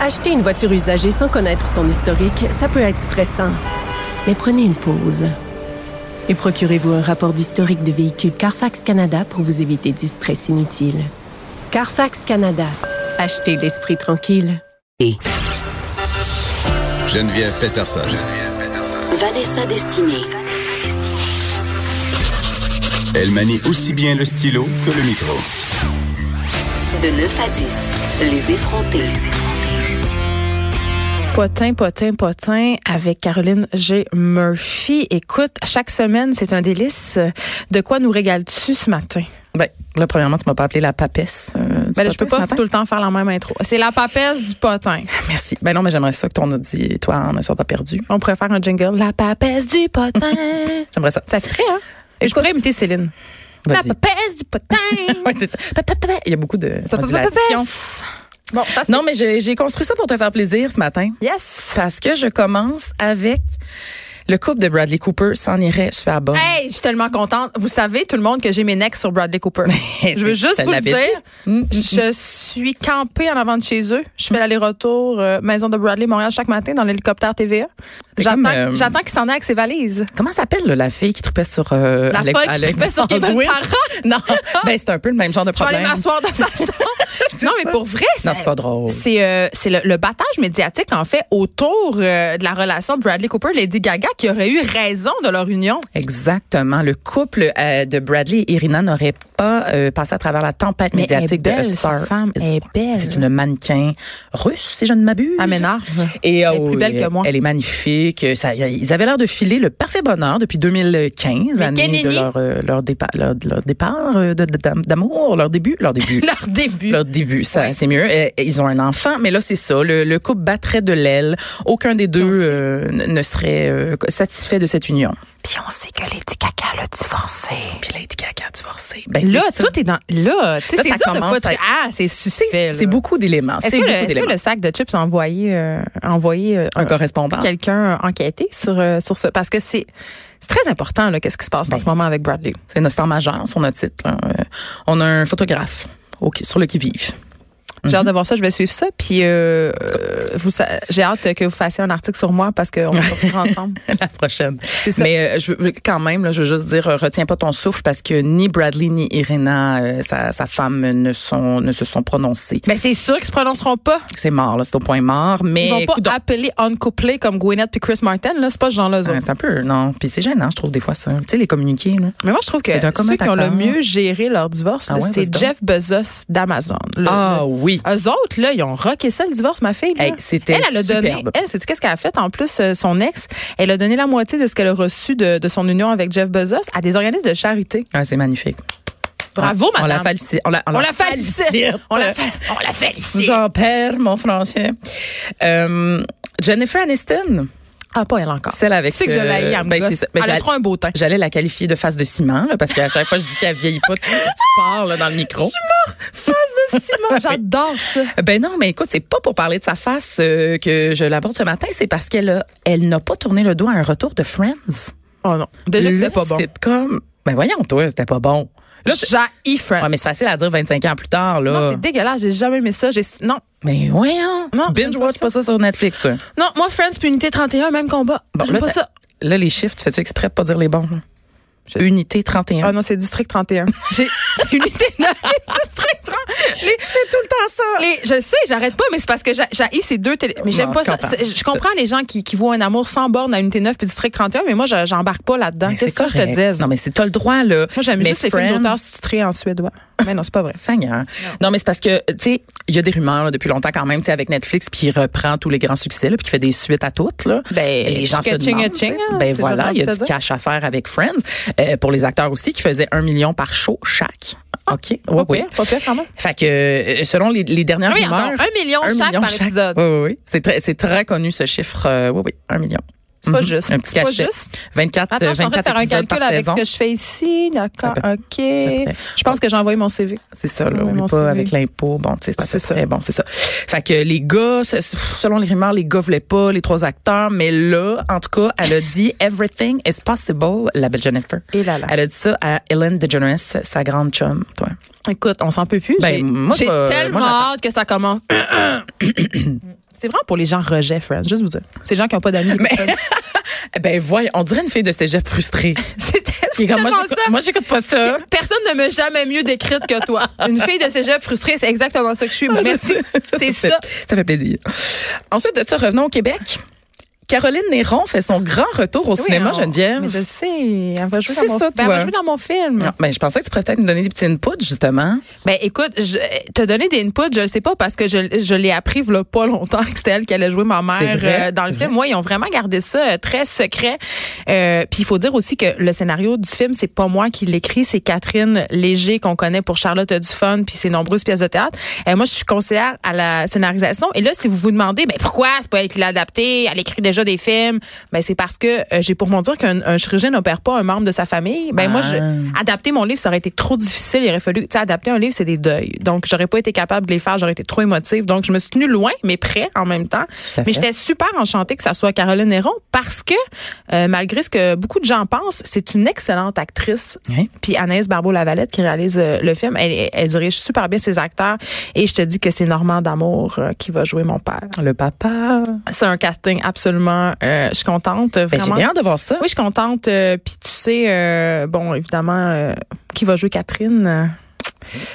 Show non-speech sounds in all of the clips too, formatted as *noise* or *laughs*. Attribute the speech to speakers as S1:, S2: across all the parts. S1: Acheter une voiture usagée sans connaître son historique, ça peut être stressant. Mais prenez une pause. Et procurez-vous un rapport d'historique de véhicule Carfax Canada pour vous éviter du stress inutile. Carfax Canada. Achetez l'esprit tranquille.
S2: Et
S3: Geneviève Peterson. Geneviève Peterson.
S4: Vanessa Destinée.
S3: Elle manie aussi bien le stylo que le micro.
S4: De 9 à 10, les effrontés.
S5: Potin, potin, potin avec Caroline G. Murphy. Écoute, chaque semaine, c'est un délice. De quoi nous régales-tu ce matin?
S6: Ben, là, premièrement, tu m'as pas appelé la papesse. euh, du
S5: Ben là,
S6: potin
S5: je peux
S6: ce
S5: pas
S6: matin.
S5: tout le temps faire la même intro. C'est la papesse du potin.
S6: Merci. Ben non, mais j'aimerais ça que ton dit toi, hein, ne soit pas perdu.
S5: On pourrait faire un jingle. La papesse du *laughs* potin.
S6: J'aimerais ça.
S5: Ça ferait, hein?
S6: Écoute,
S5: je pourrais imiter Céline. La
S6: Vas-y.
S5: papesse du *laughs* potin.
S6: Ouais, c'est- pa- pa- pa- Il y a beaucoup de modulation.
S5: Papesse. Bon, ça c'est...
S6: Non, mais j'ai j'ai construit ça pour te faire plaisir ce matin.
S5: Yes.
S6: Parce que je commence avec le couple de Bradley Cooper s'en irait sur la bonne.
S5: Hey, je suis tellement contente. Vous savez, tout le monde, que j'ai mes necks sur Bradley Cooper. je veux juste
S6: Ça
S5: vous le
S6: l'avait
S5: dire.
S6: Mm,
S5: Je suis campée en avant de chez eux. Je fais l'aller-retour euh, maison de Bradley, Montréal, chaque matin dans l'hélicoptère TVA.
S6: T'es comme,
S5: J'attends
S6: euh,
S5: j'attends qu'il s'en aille avec ses valises.
S6: Comment s'appelle là, la fille qui tripait sur euh,
S5: La
S6: Alec-
S5: folle qui
S6: Alec
S5: tripait sur Kevin
S6: Baldwin?
S5: Parent.
S6: *laughs* Non, ben c'est un peu le même genre de
S5: Je vais aller
S6: problème.
S5: m'asseoir dans
S6: *laughs*
S5: sa chambre. non, mais pour vrai,
S6: Non, c'est pas drôle.
S5: C'est euh, c'est le, le battage médiatique, en fait, autour euh, de la relation de Bradley Cooper et Lady Gaga qui aurait eu raison de leur union. *laughs*
S6: Exactement. Le couple euh, de Bradley et Irina n'aurait pas euh, passé à travers la tempête
S5: Mais elle est
S6: médiatique
S5: belle,
S6: de A
S5: cette
S6: Star
S5: femme.
S6: is
S5: Elle est
S6: Born.
S5: belle.
S6: C'est une mannequin russe, si je ne m'abuse.
S5: Elle m'énerve.
S6: Et,
S5: Elle est plus belle
S6: oui,
S5: que moi.
S6: Elle est magnifique. Ça, ils avaient l'air de filer le parfait bonheur depuis 2015,
S5: Mais
S6: année de
S5: Kenini?
S6: leur, euh, leur, dépa- leur, leur départ euh, de- de- d'am- d'amour, leur début, leur début.
S5: *laughs* Leur début.
S6: Leur début, ça,
S5: Ouais.
S6: c'est mieux. Euh, ils ont un enfant, mais là, c'est ça. Le, le couple battrait de l'aile. Aucun des deux euh, n- ne serait euh, satisfait de cette union.
S5: Puis on sait que Lady Gaga l'a divorcé.
S6: Puis Lady Gaga divorcé. Ben,
S5: Là,
S6: c'est ça.
S5: tout est dans. Là, tu sais,
S6: Là,
S5: c'est
S6: ça
S5: dur de
S6: commence
S5: pas dire,
S6: à-
S5: Ah, c'est
S6: C'est
S5: suspect.
S6: c'est
S5: là.
S6: beaucoup d'éléments.
S5: Est-ce
S6: C'est
S5: que,
S6: beaucoup
S5: le, est-ce que
S6: d'éléments.
S5: le sac de chips a envoyé, euh, a envoyé euh,
S6: Un correspondant.
S5: quelqu'un enquêter sur, euh, sur ça? Parce que c'est c'est très important, là, qu'est-ce qui se passe en ce moment avec Bradley.
S6: C'est notre star majeur sur notre site. là. Euh, On a un photographe ok, sur le qui vive.
S5: J'ai hâte de voir ça, je vais suivre ça. Puis, euh, euh, vous, sa- j'ai hâte que vous fassiez un article sur moi parce qu'on va *laughs* sortir ensemble.
S6: *laughs* la prochaine.
S5: C'est ça.
S6: Mais euh, je veux, quand même, là, je veux juste dire, euh, retiens pas ton souffle parce que ni Bradley ni Irina, euh, sa, sa femme, euh, ne, sont, ne se sont prononcés.
S5: Mais c'est sûr qu'ils se prononceront pas.
S6: C'est mort, là, c'est au point mort. Mais
S5: Ils vont pas
S6: coudonc.
S5: appeler uncouplé comme Gwyneth puis Chris Martin. Là, c'est pas ce genre-là. eux
S6: Ouais,
S5: autres.
S6: euh, c'est un peu, non. Puis c'est gênant, je trouve, des fois, ça. Tu sais, les communiqués, là.
S5: Mais moi, je trouve que
S6: C'est d'un commun
S5: ceux qui ont le
S6: accord.
S5: mieux géré leur divorce,
S6: Ah
S5: là,
S6: ouais, vas-y
S5: c'est
S6: donc.
S5: Jeff Bezos d'Amazon. Le-
S6: Ah oui.
S5: le- Eux autres, là, ils ont rocké ça, le divorce, ma fille. là.
S6: Hey, c'était
S5: elle, elle a donné.
S6: superbe.
S5: Elle, sais-tu qu'est-ce qu'elle a fait? En plus, euh, son ex, elle a donné la moitié de ce qu'elle a reçu de, de son union avec Jeff Bezos à des organismes de charité.
S6: Ah, c'est magnifique.
S5: Bravo,
S6: Ah, on, on la
S5: madame.
S6: félicite. On la,
S5: On la félicite. On la fa- on la félicite.
S6: J'en perds mon français. Euh, Jennifer Aniston.
S5: Ah, pas elle encore.
S6: Celle avec,
S5: Tu sais que je
S6: euh,
S5: la haïs, elle me
S6: ben,
S5: gosse.
S6: c'est ça. Ben,
S5: Elle a
S6: j'allais-
S5: trop un beau teint.
S6: J'allais la qualifier de face de ciment, là, parce qu'à chaque fois que je dis qu'elle vieillit pas, tu, tu pars là, dans le micro.
S5: Face de
S6: *laughs*
S5: ciment, j'adore ça.
S6: Ben non, mais écoute, c'est pas pour parler de sa face euh, que je l'aborde ce matin, c'est parce qu'elle a- elle n'a pas tourné le dos à un retour de Friends.
S5: Oh non. Déjà, que
S6: Le
S5: c'était pas bon.
S6: sitcom- Ben voyons, toi, c'était pas bon. Là, c'est-
S5: J'ai Friends.
S6: Ouais, mais c'est facile à dire 25 ans plus tard,
S5: Non,
S6: là.
S5: c'est dégueulasse. J'ai jamais aimé ça. J'ai- Non,
S6: mais voyons,
S5: Non,
S6: tu
S5: j'aime
S6: binge-watch
S5: pas
S6: pas ça sur Netflix, toi.
S5: non, moi, Friends puis Unité 31, même combat.
S6: Bon,
S5: J'aime
S6: là,
S5: pas
S6: t'as- hein?
S5: ça.
S6: Là, les chiffres, tu fais-tu exprès de pas dire les bons, là? Unité 31.
S5: Ah non, c'est District
S6: *laughs*
S5: 31. J'ai c'est Unité *laughs* 9 District 31.
S6: *laughs*
S5: Les-
S6: tu fais tout le temps ça!
S5: les- je sais, j'arrête pas, mais c'est parce que j'a- j'haïs ces deux télé. Mais j'aime
S6: Non,
S5: pas
S6: je
S5: ça.
S6: comprends.
S5: C'est- Je comprends les gens qui, qui voient un amour sans borne à Unité 9 puis District 31, mais moi, je- j'embarque pas là-dedans.
S6: Mais c'est
S5: Hein, Qu'est-ce que je te
S6: correct.
S5: dise?
S6: Non, mais c'est t'as le droit, là.
S5: Moi, j'aime
S6: Mais
S5: juste les films
S6: Friends,
S5: d'auteurs sous-titrés en suédois. Mais non, c'est
S6: *laughs*
S5: pas vrai.
S6: Seigneur. Non. mais c'est parce que, tu sais, il y a des rumeurs là, depuis longtemps quand même, tu sais, avec Netflix, puis il reprend tous les grands succès, là, puis qui fait des suites à toutes. Là.
S5: Ben,
S6: les gens se
S5: tching,
S6: demandent.
S5: tching,
S6: tu sais.
S5: hein, c'est
S6: ben
S5: le
S6: voilà,
S5: genre
S6: il y a
S5: de
S6: du
S5: ça.
S6: cash à faire avec Friends. Euh, pour les acteurs aussi, qui faisaient un million par show chaque. OK. Oui,
S5: Ah, Pas
S6: oui.
S5: pire, pas pire quand même.
S6: Fait que, euh, selon les, les dernières
S5: Ah oui,
S6: rumeurs...
S5: attends, un million chaque par épisode.
S6: Oui, oui, oui. C'est très, c'est très connu, ce chiffre. euh, oui, oui, un million.
S5: C'est pas
S6: Mhm.
S5: juste.
S6: Un petit
S5: C'est pas
S6: cachet.
S5: juste.
S6: 24,
S5: Attends, je suis en train de
S6: 24
S5: faire un
S6: euh, épisodes par
S5: calcul avec
S6: saison.
S5: ce que je fais ici. D'accord,
S6: À peu-
S5: OK. Je pense que j'ai envoyé mon CV.
S6: C'est ça, là.
S5: Ouais,
S6: oublie
S5: mon
S6: pas
S5: CV.
S6: avec l'impôt. Bon, tu sais, c'est à peu
S5: C'est ça.
S6: près- Bon, c'est ça. Fait que les gars, c- selon les rumeurs, les gars voulaient pas, les trois acteurs, mais là, en tout cas, elle
S5: *laughs*
S6: a dit Everything is possible, la belle Jennifer.
S5: Et là là.
S6: Elle a dit ça à Ellen DeGeneres, sa grande chum, toi.
S5: Écoute, on s'en peut plus.
S6: Ben,
S5: J'ai-
S6: moi, je
S5: J'ai
S6: vais- moi,
S5: tellement
S6: j'attends.
S5: hâte que ça commence. C'est vraiment pour les gens rejets, Friends. Juste vous dire. C'est les gens qui n'ont pas d'amis. qui
S6: *laughs*
S5: écoutent ça.
S6: Ben, voyons, on dirait une fille de
S5: *laughs*
S6: cégep frustrée.
S5: C'était
S6: Qui est comme, moi,
S5: exactement
S6: j'écoute-
S5: ça.
S6: moi, hein? j'écoute pas ça.
S5: Personne ne m'a jamais mieux décrite que toi. Une fille de cégep frustrée, c'est exactement ça que je
S6: *laughs*
S5: suis.
S6: Ah,
S5: Merci. C'est ça.
S6: Ça fait plaisir. Ensuite de ça, revenons au Québec. Caroline Néron fait son grand retour au cinéma,
S5: Oui, on-
S6: Geneviève.
S5: Mais je sais, elle va jouer,
S6: Tu
S5: dans
S6: sais
S5: mon,
S6: ça,
S5: ben, elle va
S6: toi.
S5: jouer dans mon film.
S6: Non, ben, je pensais que tu pourrais peut-être nous donner des petits inputs, justement.
S5: Ben écoute, je t'as donné des inputs, je le sais pas parce que je, je l'ai appris là pas longtemps *laughs* que c'était elle qui allait jouer ma
S6: C'est
S5: mère
S6: vrai,
S5: euh, dans le film. Moi, ils ont vraiment gardé ça euh, très secret. Euh, Puis il faut dire aussi que le scénario du film, c'est pas moi qui l'écris, c'est Catherine Léger qu'on connaît pour Charlotte du fun puis ses nombreuses pièces de théâtre. Euh, moi, je suis conseillère à la scénarisation et là si vous vous demandez ben pourquoi c'est pas elle qui l'a adapté, elle écrit déjà des films, ben c'est parce que euh, j'ai pour mon dire qu'un un chirurgien n'opère pas un membre de sa famille. Ben moi je
S6: Ah.
S5: adapter mon livre, ça aurait été trop difficile. Il aurait fallu, tu sais, adapter un livre, c'est des deuils. Donc, j'aurais pas été capable de les faire. J'aurais été trop émotive. Donc, je me suis tenue loin, mais près en même temps.
S6: à
S5: Mais
S6: fait.
S5: j'étais super enchantée que ça soit Caroline Néron parce que, euh, malgré ce que beaucoup de gens pensent, c'est une excellente actrice.
S6: Oui.
S5: Puis Anaïs Barbeau-Lavalette qui réalise euh, le film, elle, elle dirige super bien ses acteurs. Et je te dis que c'est Normand D'Amour euh, qui va jouer mon père.
S6: Le papa.
S5: C'est un casting absolument, euh, je suis contente. euh,
S6: Ben, j'ai
S5: vraiment.
S6: bien hâte de voir ça.
S5: Oui, je suis contente. Euh, Puis tu sais, euh, bon, évidemment, euh, qui va jouer Catherine? euh,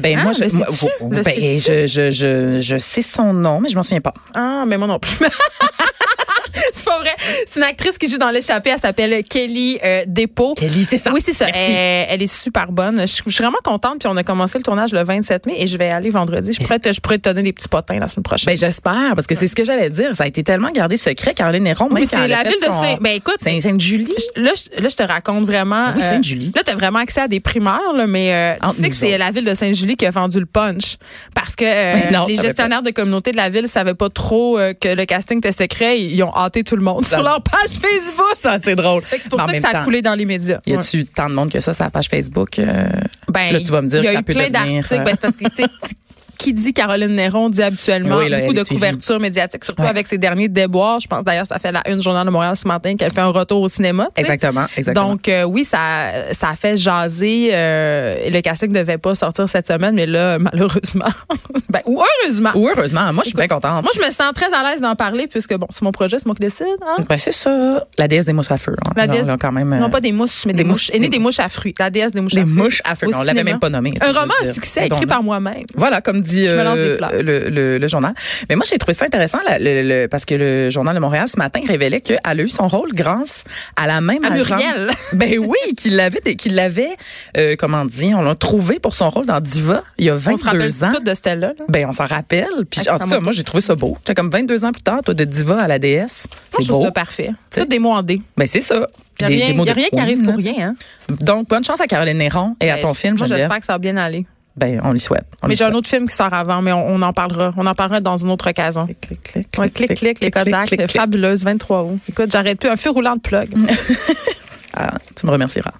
S6: Ben,
S5: Ah,
S6: moi, je,
S5: le
S6: moi,
S5: sais-tu?
S6: vous-
S5: Le
S6: ben, je, je, je, je sais son nom, mais je m'en souviens pas.
S5: Ah, mais moi non plus. *laughs* c'est pas vrai. C'est une actrice qui joue dans l'échappée. Elle s'appelle Kelly euh, Dépôt.
S6: Kelly, c'est ça.
S5: Oui, c'est ça. Eh.
S6: Merci.
S5: Elle, elle est super bonne. Je, suis- je suis vraiment contente. Puis on a commencé le tournage le 27 mai et je vais aller vendredi. Je pourrais te, je pourrais te donner des petits potins la semaine prochaine.
S6: Ben, j'espère, parce que c'est ce que j'allais dire. Ça a été tellement gardé secret, Caroline Néron, même
S5: Oui,
S6: quand
S5: c'est
S6: elle a
S5: la
S6: fait
S5: ville de
S6: son-
S5: Saint. Ben écoute,
S6: Saint- Sainte-Julie.
S5: là, je, là, je te raconte vraiment. euh,
S6: Oui, Sainte-Julie.
S5: là, t'as vraiment accès à des primeurs, là, mais euh,
S6: Entre
S5: tu sais
S6: nous
S5: que c'est
S6: autres.
S5: la ville de Saint-Julie qui a vendu le punch. Parce que euh,
S6: Mais non,
S5: les
S6: je savais
S5: gestionnaires de communauté de la ville savaient pas trop euh, que le casting était secret. Ils ont hâté tout le monde sur leur page Facebook.
S6: *laughs* Ça, c'est drôle.
S5: Fait que C'est pour
S6: Mais en
S5: ça que
S6: même
S5: ça a
S6: temps,
S5: coulé dans les médias.
S6: Y
S5: Ouais.
S6: a-tu tant de monde que ça sur la page Facebook? euh,
S5: Ben,
S6: là, tu vas me dire
S5: il y a
S6: que ça
S5: eu
S6: peut
S5: plein
S6: devenir,
S5: d'articles.
S6: euh,
S5: ben, c'est parce que, tu
S6: *laughs*
S5: sais, t- qui dit Caroline Néron dit habituellement
S6: Oui, là,
S5: beaucoup
S6: elle est
S5: de
S6: suivie.
S5: couverture médiatique, surtout
S6: Ouais.
S5: avec ses derniers déboires. Je pense d'ailleurs, ça fait la une Journal de Montréal ce matin qu'elle fait un retour au cinéma. tu sais.
S6: Exactement, exactement.
S5: Donc, euh, oui, ça, ça a fait jaser. euh, le casting ne devait pas sortir cette semaine, mais là, *laughs* malheureusement, ben, ou heureusement.
S6: Ou heureusement, moi, je suis bien contente.
S5: Moi, je me sens très à l'aise d'en parler puisque, bon, c'est mon projet, c'est moi qui décide. Hein?
S6: Ben, c'est ça. La déesse des mousses à feu. hein.
S5: La
S6: Non,
S5: déesse-
S6: là, quand même. euh,
S5: Non, pas des mousses, mais des,
S6: des
S5: mouches.
S6: mouches-
S5: Est née des mouches à fruits. La déesse des mouches
S6: des
S5: à fruits.
S6: mouches à feu.
S5: Au
S6: On l'avait
S5: cinéma.
S6: même pas nommé.
S5: Un
S6: je veux
S5: roman à
S6: dire.
S5: succès
S6: Donc,
S5: écrit
S6: là-
S5: par moi-même.
S6: Voilà, comme dit
S5: Je me lance des
S6: euh,
S5: fleurs.
S6: le, le- le journal. Mais moi, j'ai trouvé ça intéressant la- le- le- parce que le journal de Montréal ce matin révélait qu'elle a eu son rôle grâce à la même
S5: À
S6: agente-
S5: Muriel.
S6: *laughs* Ben oui, qu'il l'avait, dé- qu'il l'avait, euh, comment dire, on l'a trouvé pour son rôle dans Diva il y a
S5: On se rappelle
S6: 22 ans.
S5: toutes de Stella. Là.
S6: Ben on s'en rappelle. Puis
S5: Ah,
S6: en
S5: ça
S6: tout cas,
S5: m'a-
S6: moi, j'ai trouvé ça beau. C'est comme 22 ans plus tard, toi, de Diva à la déesse.
S5: Moi, je
S6: C'est
S5: trouve
S6: beau.
S5: ça parfait.
S6: T'sais.
S5: Toutes des mots en D.
S6: Ben c'est ça.
S5: Il
S6: Puis des-
S5: n'y a,
S6: des
S5: rien-
S6: mots
S5: y a
S6: de
S5: rien qui
S6: queen,
S5: arrive pour
S6: là.
S5: rien. Hein?
S6: Donc, bonne chance à Caroline Néron et à ton film,
S5: Ben, Moi,
S6: Geneviève.
S5: j'espère que ça va bien aller.
S6: Ben, on lui souhaite. On
S5: Mais
S6: lui
S5: j'ai un
S6: souhaite.
S5: autre film qui sort avant, mais on, on en parlera. On en parlera dans une autre occasion.
S6: Clic, clic, clic,
S5: Ouais, clic, clic, les Kodak,
S6: clic, clic.
S5: fabuleuse, 23 août. Écoute, j'arrête plus. Un feu roulant de plug.
S6: Ah, tu me remercieras.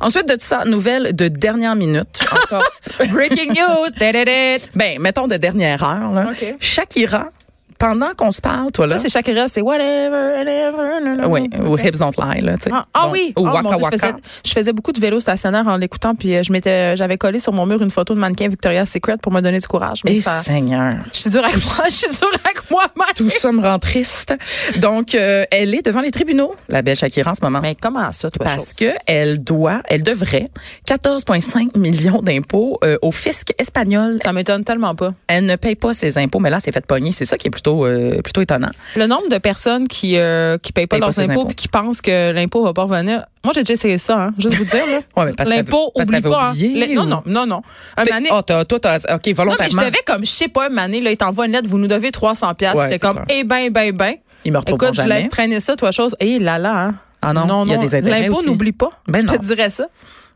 S6: Ensuite de tout ça, nouvelle de
S5: *laughs*
S6: dernière minute. Encore.
S5: *laughs* Breaking news! Da-da-da.
S6: ben, mettons de dernière heure. Là.
S5: OK.
S6: Shakira, pendant qu'on se parle, toi là.
S5: Ça, c'est Shakira, c'est whatever, whatever. na, na,
S6: oui,
S5: na.
S6: ou Hips Don't Lie, là, tu sais.
S5: Ah, ah
S6: Donc,
S5: oui,
S6: Ou
S5: Ah,
S6: Waka
S5: mon Dieu,
S6: Waka.
S5: Je, faisais, je faisais beaucoup de vélo stationnaire en l'écoutant, puis euh, je m'étais, j'avais collé sur mon mur une photo de mannequin Victoria's Secret pour me donner du courage. Mais
S6: Eh,
S5: ça-
S6: Seigneur.
S5: je suis dure avec moi, je suis dure avec moi-même.
S6: Tout ça me rend triste. Donc, euh, elle est devant les tribunaux, la belle Shakira en ce moment.
S5: Mais comment ça, toi?
S6: parce que elle doit, elle devrait 14,5 millions d'impôts euh, au fisc espagnol.
S5: Ça m'étonne tellement pas.
S6: Elle ne paye pas ses impôts, mais là, c'est fait pogner. C'est ça qui est plutôt, euh, plutôt étonnant.
S5: Le nombre de personnes qui euh, qui payent pas
S6: Payent pas
S5: leurs
S6: ses
S5: impôts
S6: impôts.
S5: puis qui pensent que l'impôt va pas revenir. Moi, j'ai déjà essayé ça, hein, juste vous dire. là.
S6: *laughs* Ouais, mais parce que
S5: L'impôt,
S6: t'avais- parce que
S5: oublie
S6: t'avais
S5: pas. hein.
S6: oublié
S5: Le- Non,
S6: ou-
S5: non, non, non. Un
S6: T'es-
S5: mané-
S6: Ah, t'as- toi, t'as, OK,
S5: non, mais je
S6: volontairement.
S5: devais comme, je sais pas, un mané, là, il t'envoie une lettre, vous nous devez 300 piastres.
S6: Ouais,
S5: J'étais
S6: c'est
S5: comme,
S6: clair.
S5: eh ben, ben, ben.
S6: Ils me retrouveront
S5: Écoute, je
S6: jamais.
S5: laisse traîner ça, toi, chose. Eh là là, hein.
S6: Ah non, il y a des intérêts
S5: L'impôt,
S6: aussi.
S5: n'oublie pas.
S6: Ben
S5: je
S6: non.
S5: te dirais ça.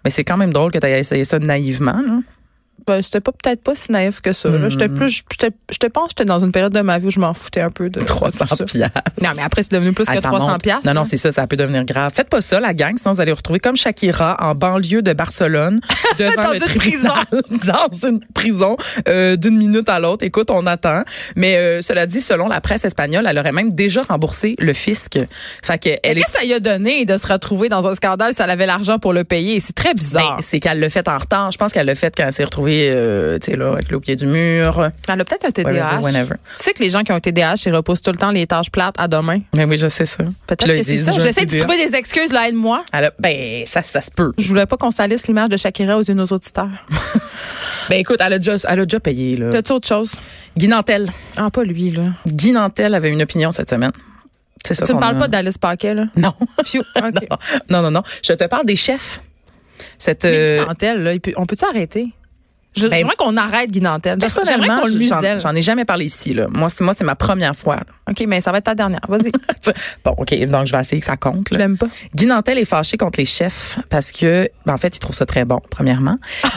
S6: Mais c'est quand même drôle que tu aies essayé ça naïvement. Là.
S5: Ben, c'était pas peut-être pas si naïf que ça. là. J'étais
S6: Hmm.
S5: plus, j'étais- je te pense, que j'étais dans une période de ma vie où je m'en foutais un peu de de tout
S6: 300
S5: ça.
S6: piastres.
S5: Non, mais après, c'est devenu plus
S6: Ah,
S5: que
S6: ça
S5: 300
S6: monte.
S5: piastres.
S6: Non, non, c'est ça, ça peut devenir grave. Faites pas ça, la gang, sinon vous allez vous retrouver comme Shakira en banlieue de Barcelone, devant
S5: *laughs* Dans
S6: le
S5: une
S6: tribunal, *laughs* dans une prison euh, d'une minute à l'autre. Écoute, on attend. Mais euh, cela dit, selon la presse espagnole, elle aurait même déjà remboursé le fisc. Fait que elle est
S5: Qu'est-ce que ça lui a donné de se retrouver dans un scandale si elle avait l'argent pour le payer? C'est très
S6: Ben,
S5: bizarre.
S6: c'est qu'elle l'a fait en retard. Je pense qu'elle l'a fait quand elle s'est retrouvée était euh, tu sais, là, avec le pied du mur.
S5: Elle a peut-être un TDAH.
S6: Whatever, whenever.
S5: Tu sais que les gens qui ont un TDAH, ils repoussent tout le temps les tâches plates à demain.
S6: Mais oui, je sais ça. Puis
S5: Peut-être
S6: là,
S5: que
S6: ils
S5: c'est
S6: disent,
S5: ça.
S6: j'ai un
S5: J'essaie de
S6: TDA.
S5: trouver des excuses, là, aide-moi.
S6: Elle a- ben, ça, ça se peut.
S5: Je voulais pas qu'on salisse l'image de Shakira aux yeux de nos auditeurs.
S6: Ben, écoute, elle a déjà, elle a déjà payé, là.
S5: T'as-tu autre chose?
S6: Guy Nantel.
S5: Ah, pas lui, là.
S6: Guy Nantel avait une opinion cette semaine. C'est ça
S5: Tu me
S6: qu'on
S5: parles
S6: a-
S5: pas d'Alice Paquet, là?
S6: *laughs* Non. *laughs*
S5: Phew, OK.
S6: Non, non, non. Je te parle des chefs. Cette,
S5: Mais
S6: euh,
S5: Guy Nantel, là, il peut- on peut-tu arrêter? Je-
S6: Ben,
S5: J'aimerais qu'on arrête Guy Nantel. J'aimerais
S6: personnellement,
S5: qu'on le
S6: j'en,
S5: muselle.
S6: j'en ai jamais parlé ici, là. Moi, c'est, moi, c'est ma première fois, *laughs* là.
S5: OK, mais ça va être ta dernière. *laughs* Vas-y.
S6: bon, OK. Donc, je vais essayer que ça compte,
S5: Je
S6: là.
S5: l'aime pas.
S6: Guy Nantel est fâché contre les chefs parce que, ben, en fait, il trouve ça très bon, premièrement.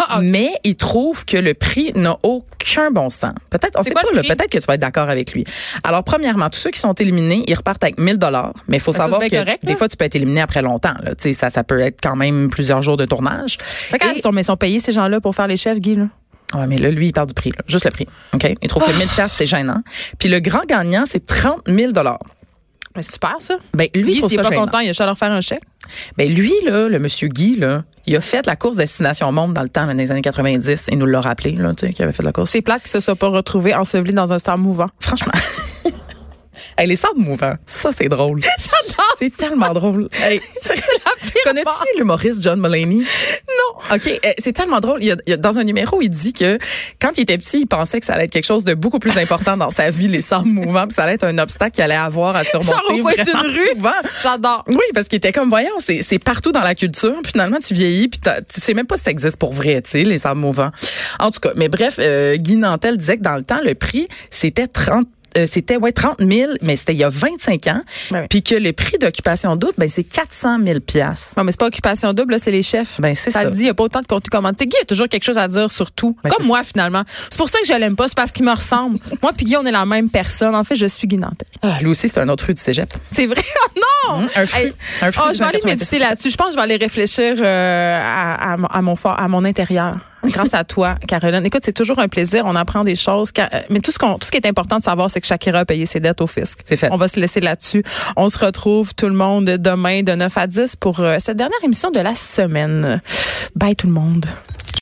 S5: Ah,
S6: Mais il trouve que le prix n'a aucun bon sens. Peut-être, on
S5: C'est
S6: sait
S5: quoi
S6: pas,
S5: le
S6: là,
S5: prix?
S6: peut-être que tu vas être d'accord avec lui. Alors, premièrement, tous ceux qui sont éliminés, ils repartent avec 1000 dollars. Mais il faut
S5: Ben, ça,
S6: savoir
S5: c'est
S6: que
S5: bien correct,
S6: des
S5: là.
S6: fois, tu peux être éliminé après longtemps, là. Tu sais, ça, ça peut être quand même plusieurs jours de tournage.
S5: Regarde,
S6: Et-
S5: ils sont, mais ils sont payés, ces gens-là, pour faire les chefs, Guy, là.
S6: Ouais, mais là, lui, il parle du prix, là. juste le prix. OK? Il trouve
S5: Ah!
S6: que 1000 piastres, c'est gênant. Puis le grand gagnant, c'est 30 000 dollars.
S5: Mais c'est super, ça.
S6: Ben, lui, il
S5: Guy,
S6: trouve
S5: s'il est
S6: ça
S5: pas
S6: gênant.
S5: content, il a juste à leur faire un chèque.
S6: Ben lui là, le monsieur Guy là, il a fait la course destination monde dans le temps, dans les années 90, et nous l'a rappelé là, tu sais, qu'il avait fait la course.
S5: C'est plate qu'il se soit pas retrouvé enseveli dans un star mouvant.
S6: Franchement. Hey, les sables mouvants, ça c'est drôle.
S5: *laughs* J'adore
S6: C'est
S5: *laughs*
S6: tellement drôle. Hey,
S5: part.
S6: Connais-tu l'humoriste John Mulaney? Non. OK, euh, c'est tellement drôle. Il y a- il y a- dans un numéro, il dit que quand il était petit, il pensait que ça allait être quelque chose de beaucoup plus important dans sa vie, les sables mouvants, puis ça allait être un obstacle qu'il allait avoir à surmonter
S5: Genre au coin d'une
S6: vraiment
S5: rue.
S6: souvent.
S5: *laughs* J'adore.
S6: Oui, parce qu'il était comme, voyons, c'est c'est partout dans la culture. Puis finalement, tu vieillis, puis t'as- tu sais même pas si ça existe pour vrai, tu sais, les sables mouvants. En tout cas, mais bref, euh, Guy Nantel disait que dans le temps, le prix, c'était 30 euh, c'était ouais 30 000 mais c'était il y a 25 ans
S5: Ouais, ouais.
S6: puis que le prix d'occupation double ben c'est 400 000 pièces
S5: Non, mais c'est pas occupation double, là, c'est les chefs.
S6: Ben, c'est ça.
S5: le dit, il n'y a pas autant de contenu commenté. Guy a toujours quelque chose à dire sur tout.
S6: Ben,
S5: Comme
S6: c'est
S5: moi, finalement. C'est pour ça que je l'aime pas, c'est parce qu'il me *laughs* ressemble. moi, puis Guy, on est la même personne. En fait, je suis Guy Nantel.
S6: ah, lui aussi c'est un autre rue du cégep
S5: C'est vrai? *laughs* Oh non!
S6: Hum, un fruit. Un fruit
S5: oh,
S6: de
S5: je vais aller
S6: 1,96.
S5: méditer là-dessus. Je pense que je vais aller réfléchir euh, à, à mon- à mon fort, à mon intérieur. Grâce
S6: *laughs*
S5: à toi, Caroline. Écoute, c'est toujours un plaisir. On apprend des choses. Ca- euh, Mais tout ce, qu'on, tout ce qui est important de savoir, c'est que Shakira a payé ses dettes au fisc.
S6: C'est fait.
S5: On va se laisser là-dessus. On se retrouve tout le monde demain de 9 à 10 pour euh, cette dernière émission de la semaine. Bye tout le monde.